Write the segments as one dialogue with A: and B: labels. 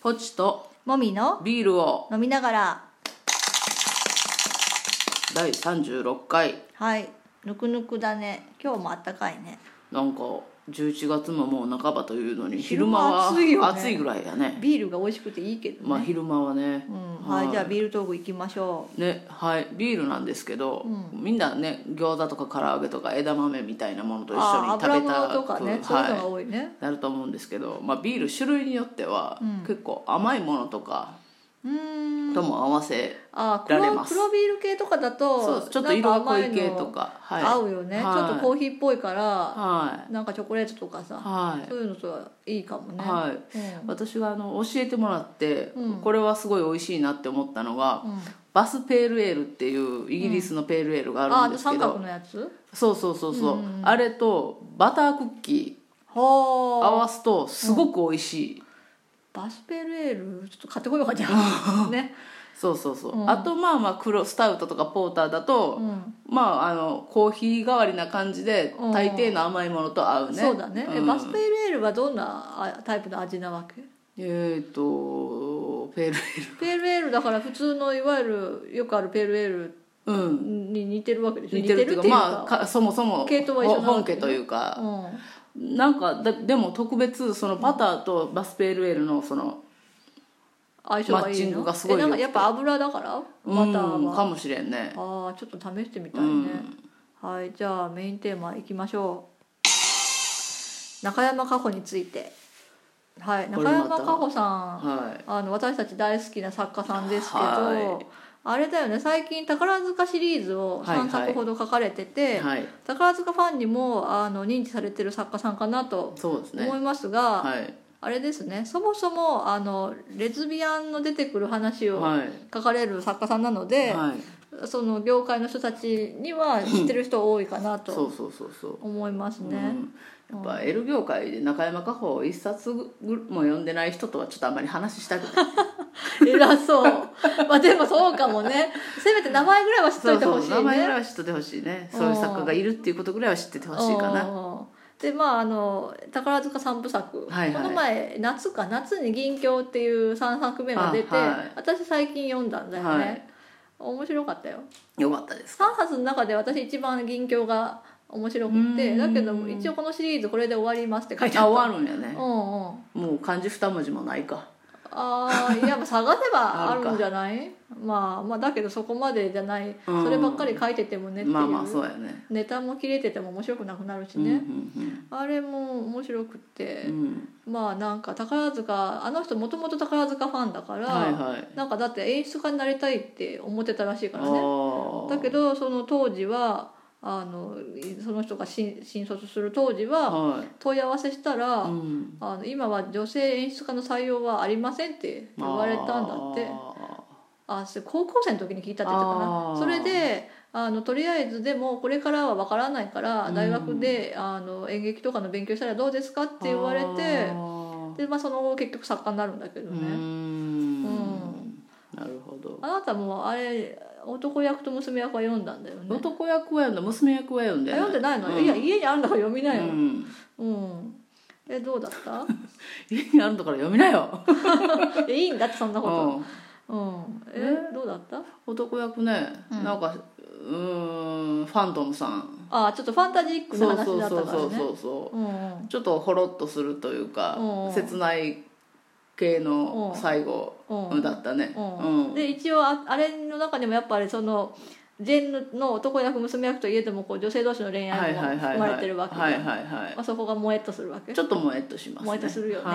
A: ポチと
B: もみの
A: ビールを
B: 飲みながら
A: 第36回
B: はいぬくぬくだね今日もあったかいね
A: なんか11月ももう半ばというのに
B: 昼
A: 昼
B: 間
A: 間は
B: 暑いよね
A: 暑いぐらいやね
B: ビールが美味しくていいけどね、
A: まあ昼間はね、
B: うんはい、じゃあビールトーク行きましょ
A: ねはいビールなんですけど、みんなね餃子とか唐揚げとか枝豆みたいなものと
B: う
A: 一緒に
B: ああ
A: 食
B: 油
A: べた
B: 物とかね、
A: く
B: そういうのが
A: は
B: 多いね
A: い、なると思うんですけど、まあ、ビール種類によっては、結構甘いものとか
B: うーん
A: とも合わせ、
B: あ
A: られ
B: 黒
A: ます
B: 黒ビール系とかだと
A: そうちょっと色濃い系とか
B: な
A: はい
B: んか甘いの合うよね、
A: はい
B: ちょっとコーヒーっぽいから
A: は
B: なんかチョコレートとか
A: い
B: さ、
A: はい
B: そういうのとはいいかもね、
A: はい
B: うん
A: 私があの教えてもらって、これはすごい美味しいなって思ったのが、バスペールエールっていうイギリスのペールエールがあ
B: あ
A: るんですけ
B: 三
A: ど、
B: 角のやつ
A: そうそうそうそう、あれとバタークッキー
B: はあ
A: 合わすとすごく美味しい、
B: バスペルエールちょっと買ってこようかじゃ あね
A: そうそうそう、あとまあまあ黒スタウトとかポーターだと、まああのコーヒー代わりな感じで
B: うん
A: 大抵の甘いものと合うね、
B: そうだね、え
A: ん
B: バスペルエールはどんなあタイプの味なわけ
A: えっ、とペールエール
B: ペールエールだから普通のいわゆるよくあるペールエー
A: うん
B: ルに似てるわけでしょ
A: 似てるっていうかまあ
B: か
A: かそもそも
B: 系統は一緒なわけ
A: 本家
B: ね
A: というか、
B: うん
A: なんかだでも特別そのバターとバスペールエールのその
B: 相性がいいの
A: マッチングがすごい
B: え
A: 良
B: なん
A: くて
B: かやっぱ油だから
A: う
B: バ
A: ん
B: ターは
A: かもしれんね
B: ああちょっと試してみたいね、はいじゃあメインテーマいきましょう中山佳穂についてはい
A: こ
B: 中
A: れまた
B: 山佳穂さん
A: はい
B: あの私たち大好きな作家さんですけど、
A: は
B: あれだよね最近宝塚シリーズを3
A: はいは
B: 作
A: い
B: ほど書かれてて、
A: はい
B: 宝塚ファンにもあの認知されてる作家さんかなと
A: そうですね
B: 思いますが、
A: はい
B: あれですねそもそもあのレズビアンの出てくる話を
A: はい
B: 書かれる作家さんなので、
A: はい
B: その業界の人たちには知ってる人多いかな
A: そ
B: と
A: うそうそうそう
B: 思いますね。
A: うんやっぱ L 業界で中山果歩を一冊ぐも読んでない人とはちょっとあんまり話したく ない
B: 偉そう。まあでもそうかもね。せめて名前ぐらいは知っといてほしいね。
A: 名前ぐらいは知っててほしいねそういう作家がいるっていうことぐらいは知っててほしいかな
B: うんでまああの宝塚三部作、
A: はいはい
B: この前夏か夏に「銀鏡」っていう3作目が出て、
A: あはい
B: 私最近読んだんだよね、
A: はい
B: 面白かったよ
A: よかったです
B: 3発の中で私一番銀鏡が面白くてだけど一応このシリーズこれで終わりますって書いてあ
A: あ
B: った
A: 終わるんやね
B: うんうん
A: もう漢字二文字もないか
B: あーいやまあ探せば
A: あ
B: あ
A: るか
B: るんじゃないまあまあだけどそこまでじゃない、
A: うん
B: そればっかり書いててもねっていう、
A: まあまあそうやね
B: ネタも切れてても面白くなくなるし
A: うん
B: ね、あれも面白くって
A: うんう、ん
B: まあなんか宝塚あの人もともと宝塚ファンだから、
A: はいはい
B: なんかだって演出家になりたいって思ってたらしいからね
A: あ
B: だけどその当時はあのその人が新新卒する当時
A: あ
B: は
A: はい
B: 問い合わせしたら、
A: うん
B: あの今は女性演出家の採用はありませんって言われたんだって
A: あ
B: あそれ高校生の時に聞いたって言ってたか
A: あ
B: な
A: ー
B: それであのとりあえずでもこれからは分からないから大学で、あの演劇とかの勉強したらどうですかって
A: ー
B: 言われて
A: あー
B: で、まあ、その後結局作家になるんだけど
A: うー
B: ね、
A: ん
B: うん
A: なるほど
B: あなたもあれ男役と娘役は読んだんだよね
A: 男役は読んだ娘役は読ん
B: あ
A: で
B: 読んでないの、
A: うん
B: いや家にあるんだから読みなよ
A: うん
B: うん、えどうだった
A: 家にあるんだから読みなよ
B: えいいんだってそんなこ
A: うん
B: とうん、えどうだった
A: 男役ね
B: うん
A: なんかうーんファントムさん
B: あちょっとファンタジックな
A: そう
B: 話
A: そう
B: だった
A: そう
B: から
A: そう
B: ね
A: そうそう
B: うんうん
A: ちょっとほろっとするというか
B: うん
A: 切ない系の最後
B: うん
A: だったね
B: うんで一応ああれの中でもやっぱりそのジェンヌの男役娘役といえどもこう女性同士の恋
A: は
B: 愛
A: い
B: も
A: はいは
B: 含
A: い
B: ま
A: はい
B: れてるわけで
A: はいはいはい
B: まあ、そこがもえっとするわけ
A: ちょっともえっとします、ね、
B: もえっとするよね、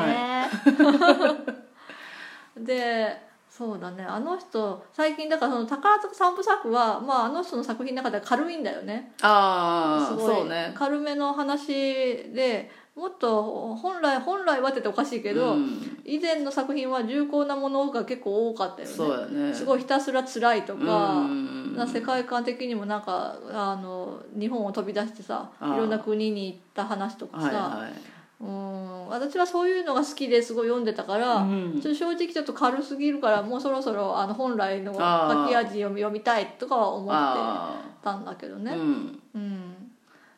A: はい、
B: でそうだねあの人最近だからその宝塚三部作は、まあ、あの人の作品の中では軽いんだよね
A: あ
B: す
A: あ
B: ごい
A: そうね
B: 軽めの話でもっと本来本来はって言っておかしいけど、
A: うん
B: 以前の作品は重厚なものが結構多かったよね
A: そうやね
B: すごいひたすら辛いとか、
A: うん
B: な世界観的にもなんかあの日本を飛び出してさい
A: あー
B: ろんな国に行った話とかさ、
A: はいは
B: うーん私はそういうのが好きですごい読んでたから、
A: うん
B: ちょっと正直ちょっと軽すぎるからもうそろそろあの本来の
A: あー
B: 書き味を読みたいとかは思
A: い
B: って
A: あ
B: たんだけど
A: あ、
B: ね
A: うん、
B: うん、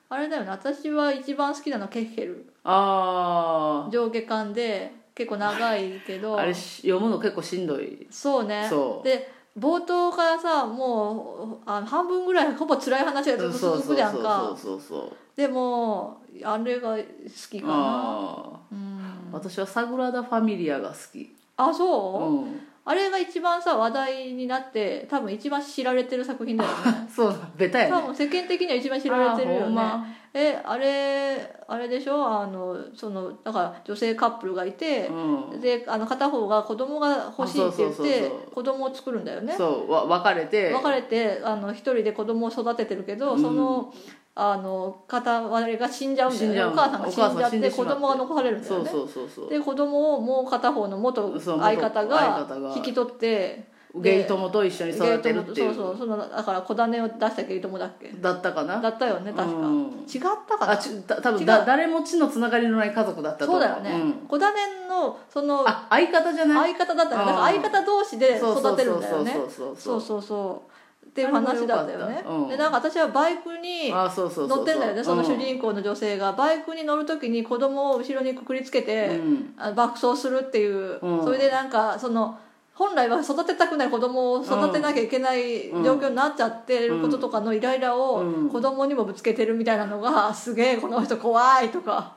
B: あれだよね私は一番好きなのはケッヘル
A: あ
B: 上下巻で結構長いけど
A: あれし読むの結構しんどい
B: そうね
A: そう
B: で冒頭からさもうあの半分ぐらいほぼ辛い話がずっと
A: そう
B: 続
A: そう
B: くじゃん
A: そ
B: か
A: うそうそう
B: でもあれが好きかな
A: あ
B: う
A: あ
B: ん
A: 私は「サグラダ・ファミリア」が好き
B: あそ
A: う
B: う、
A: ん
B: あれが一番さ話題になって多分一番知られてる作品だよね
A: そうだベタや
B: 多
A: ね
B: 分世間的には一番知られてる
A: あー
B: よ
A: ほ
B: ね
A: んま
B: えあれあれでしょあのそのだから女性カップルがいて
A: う、ん
B: であの片方が子供が欲しいって言っ
A: あそうそう
B: て
A: そうそう
B: 子供を作るんだよね
A: そうわ別れて
B: 別れてあの一人で子供を育ててるけど、
A: うん
B: そのあの片割れが死んじゃうんだよ
A: 死んじ
B: ね
A: ゃう
B: お母さんが死んじゃ
A: お
B: っ
A: 母さん死ん
B: て
A: でしま
B: 子
A: って
B: 供が残されるんだよ
A: そう
B: ね
A: そうそうそう
B: で子供をもう片方の元
A: そう元
B: 相方
A: 相方
B: が
A: が
B: 引き取って
A: ゲイ友と一緒に育てるってい
B: ゲ
A: う
B: イ友そうそうそのだから子種を出したゲイ友だっけ
A: だったかな
B: だったよね確か、
A: うん
B: 違ったか
A: あ
B: な
A: ちた多
B: 違う
A: 分だ誰も血のつながりのない家族だったと
B: そ
A: 思
B: う
A: う
B: だよね、
A: ん
B: 子種のその
A: あ相方じゃない
B: 相方だったのだから
A: あ
B: 相
A: ー
B: 方同士で
A: そうそ
B: 育
A: う
B: てるんだよね
A: そうそう
B: そ
A: そうう
B: そうそうっていう話だったよ
A: あれも良か
B: ね
A: ったうん
B: でなんか私はバイクに
A: あそうそうそうそう
B: 乗ってんだよねその主
A: 人
B: 人公の女性がバイクに乗る時に子供を後ろにくくりつけ
A: う
B: て
A: ん
B: あ爆走するっていう
A: うん
B: それでなんかその本来は育てたくない子供を育てなきゃいけない
A: うん
B: 状況になっちゃってることとかのイライラを
A: うん
B: 子供にもぶつけてるみたいなのが すげえこの人怖いとか。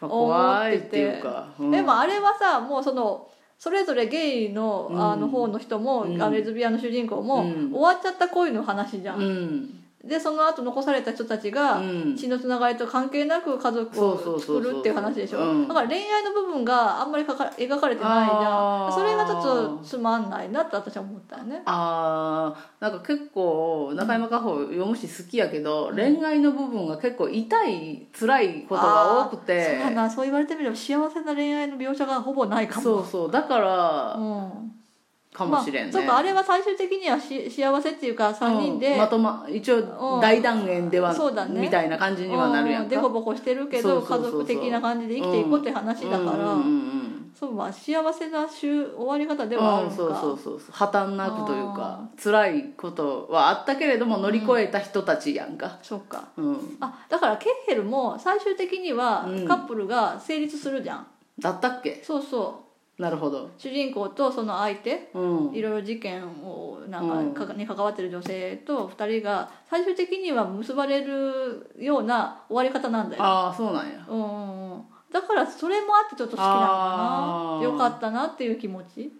A: まあ怖いっていうかうん
B: でもあれはさもうそのそれぞれゲイの
A: うん
B: あの方の人も、
A: うん
B: あレズビアンの主人公も、
A: うん
B: 終わっちゃった恋の話じゃ、
A: うんん
B: でその後残された人たち
A: う
B: が、
A: ん
B: 血のつながりと関係なく家族
A: そうそ
B: を
A: うそ
B: 作
A: うそう
B: るっていう話でしょ
A: うん
B: だから恋愛の部分があんまりかか描かれてないじゃ
A: あ
B: ん
A: ー
B: それがちょっとつまんないなって私は思ったよね
A: あーなんか結構中山果歩読むし好きやけど、恋愛の部分が結構痛い辛いことが多く
B: あー
A: て
B: そうやなそう言われてみれば幸せな恋愛の描写がほぼないかも
A: そうそうだから
B: うん
A: かもしれんね、
B: まあ、そうかあれは最終的にはし幸せっていうか3人で、
A: うんまとま一
B: うん
A: 応大断言では、
B: そうだね
A: みたいな感じにはなるやん
B: う
A: か
B: でこぼこしてるけど
A: そうそうそうそう
B: 家族的な感じで生きていこうって話だから、
A: うんうんうん
B: そうまあ幸せな終終わり方で
A: うん
B: はあ
A: う
B: る
A: ん
B: のか、
A: そうそうそうそう破綻なくというか辛いことはあったけれども乗り越えた人たちやんか
B: そっか
A: うん
B: あだからケッヘルも最終的には
A: うん
B: カップルが成立するじゃん、
A: だったっけ
B: そうそう
A: なるほど
B: 主人公とその相手
A: うん
B: いろいろ事件をなんかかに関わってる女性と2人が最終的には結ばれるような終わり方なんだよ
A: ああそうなんや
B: うんうんうんだからそれもあってちょっと好きなのか
A: あ
B: な
A: ー
B: よかったなっていう気持ち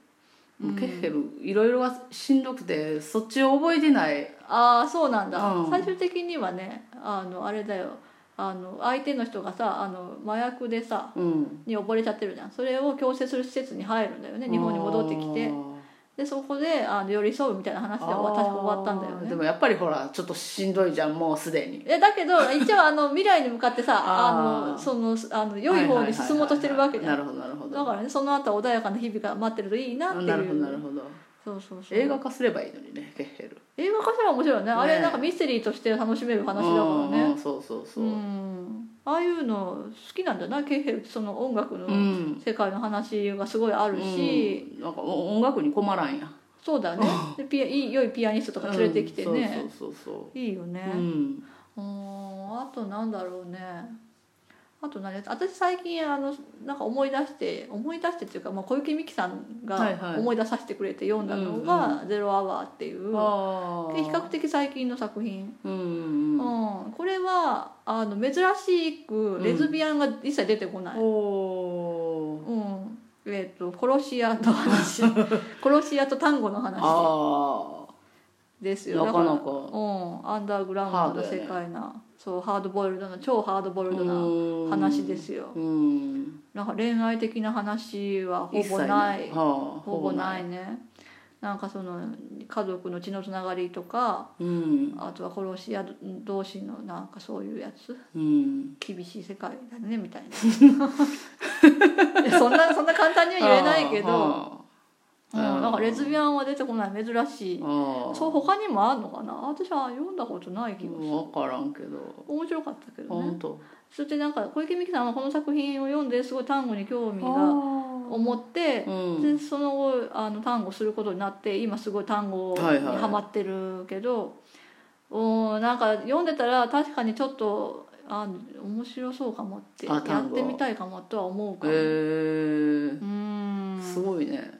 A: もうケッヘルいろいろがしんどくてそっちを覚えてない
B: ああそうなんだ、
A: うん
B: 最終的にはねあのあれだよあの相手の人がさあの麻薬でさ
A: うん
B: に溺れちゃってるじゃんそれを強制する施設に入るんだよね日本に戻ってき
A: あ
B: て
A: ー
B: でそこであの寄り添うみたいな話で終わ確か終わったんだよ
A: あーで
B: ね
A: もやっぱりほらちょっとしんどいじゃんもうすでに
B: えだけど 一応あの未来に向かってさあ
A: あー
B: のそのあの良い方に進もうとしてるわけじゃ
A: なんるほどなるほど
B: だからねその後は穏やかな日々が待ってるといいなっていう
A: なるほどなるほど
B: そうそうそう
A: 映画化すればいいのにねケッヘル
B: 映画化したら面白いよねあ
A: ね
B: れ
A: え
B: なんかミステリーとして楽しめる話だから
A: うんう
B: ね
A: んそうそうそうう、
B: んああいうの好きなんじゃないケンヘルってその音楽の
A: うん
B: 世界の話がすごいあるし、
A: うんなんかお音楽に困らんや
B: そうだよねでピアいい良いピアニストとか連れてきて
A: うん
B: ね、
A: そうそうそう
B: いいよ
A: そう、う
B: ね
A: ん、
B: うんあとなんだろうねあと何私最近あのなんか思い出して思い出してっていうか、まあ、小雪美紀さん
A: はい
B: が
A: はい
B: 思い出させてくれて読んだのが「ゼロアワーっていう、
A: ああ
B: で比較的最近の作品
A: うんうんうん
B: うん、これはあの珍しくレズビアンが一切出てこない、うん
A: おー
B: えっ、と殺し屋の 話殺し屋と単語の話
A: あ
B: です
A: な
B: よ
A: かなか
B: だらうん、アンダーグラウンドの世界な、そうハードボイルドな超ハードボイルドな
A: ー
B: 話ですよ
A: うん
B: なんか恋愛的な話はほ
A: 一切
B: ぼない
A: はあ
B: ほぼないいねなんかその家族の血のつながりとか
A: うん
B: あとは殺し屋同士のなんかそういうやつ
A: うん
B: 厳しい世界だねみたいないやそんなそんな簡単には言えないけど、
A: あ
B: うん、
A: あ
B: なんかレズビアンは出てこない珍しい
A: ーあー
B: そう他にもあるのかな私は読んだことない気がする
A: 分からんけど
B: 面白かったけどね
A: 本当
B: そしてなんか小池美紀さんはこの作品を読んですごい単語に興味が
A: あ
B: 思って
A: ー、うん
B: でその後あの単語することになって今すごい単語に
A: はいはい
B: ハマってるけど、うんなんか読んでたら確かにちょっとあ面白そうかもってや
A: あ単
B: っ
A: 語
B: てみたいかもとは思うか
A: へ
B: も、
A: え
B: うーん
A: すごいね、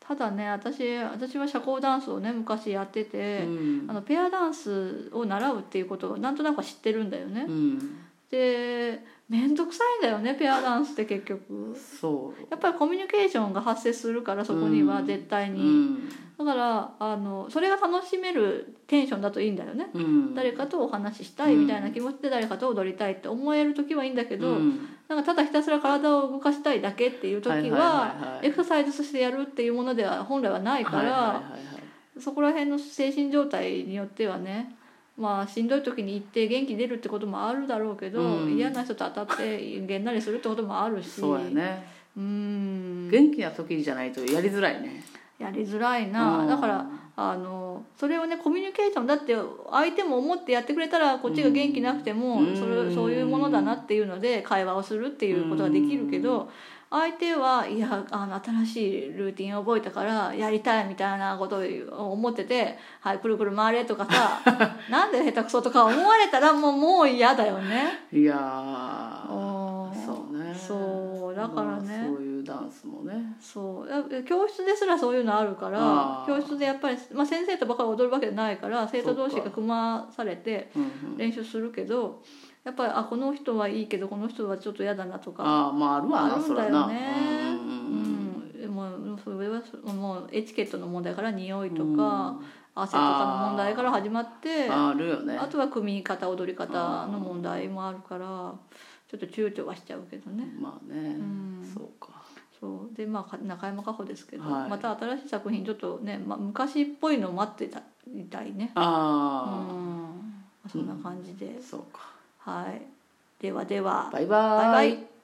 B: ただね私私は社交ダンスをね昔やって
A: う
B: て、
A: ん
B: あのペアダンスを習うっていうことをなんとなくは知ってるんだよね、
A: うん、
B: で面倒くさいんだよねペアダンスって結局
A: そ
B: やっぱりコミュニケーションが発生するからそこには絶
A: う、う
B: 対に、
A: ん
B: だからあのそれが楽しめるテンションだといいんだよね、
A: うん、
B: 誰かとお話ししたいみたいな気持ちで誰かと踊りたいって思える時はいいんだけど、
A: うん
B: なんかただひたすら体を動かしたいだけっていう時は,、
A: いはいはいはい
B: エクササイズとしてやるっていうものでは本来はないから、
A: はいはいはいはい
B: そこら辺の精神状態によってはねまあしんどい時に行って元気出るってこともあるだろうけど、
A: うん
B: 嫌な人と当たってげんなりするってこともあるし
A: そうやね、
B: うん
A: 元気な時じゃないとやりづらいね
B: やりづらいな、
A: うん
B: だからあのそれをねコミュニケーションだって相手も思ってやってくれたらこっちが元気なくても、
A: うん
B: それそういうものだなっていうので会話をするっていうことができるけど、相手はいやあの新しいルーティンを覚えたからやりたいみたいなことを思ってて「はいくるくる回れ」と かさなんで下手くそとか思われたらもうもう嫌だよね。
A: いやー
B: うん
A: そうね
B: そうだからね、
A: まあそういうダンスもね
B: そうやっぱ教室ですらそういうのあるから
A: あー
B: 教室でやっぱり、まあ、先生とばかり踊るわけじゃないから生徒同士が組まされて
A: うんうん
B: 練習するけどやっぱりあこの人はいいけどこの人はちょっと嫌だなとか、
A: ああまああるわ
B: あ
A: な
B: るん
A: そ
B: だ
A: ら
B: よ
A: な
B: ね
A: うん
B: う
A: うんうん
B: んでもうそれはもうエチケットの問題から匂いとか、
A: うん
B: 汗とかの問題から始まってあ,、
A: あるよね
B: とは組み方踊り方の問題もあるからちょっと躊躇はしちゃうけどね。
A: まあね
B: うん
A: そうか
B: そうでまあか中山果歩ですけど、
A: はい
B: また新しい作品ちょっとね、まあ、昔っぽいのを待ってたみたいねうん
A: あ
B: そんな感じで、
A: あそうか
B: はいではでは
A: バイバイ
B: バイバイ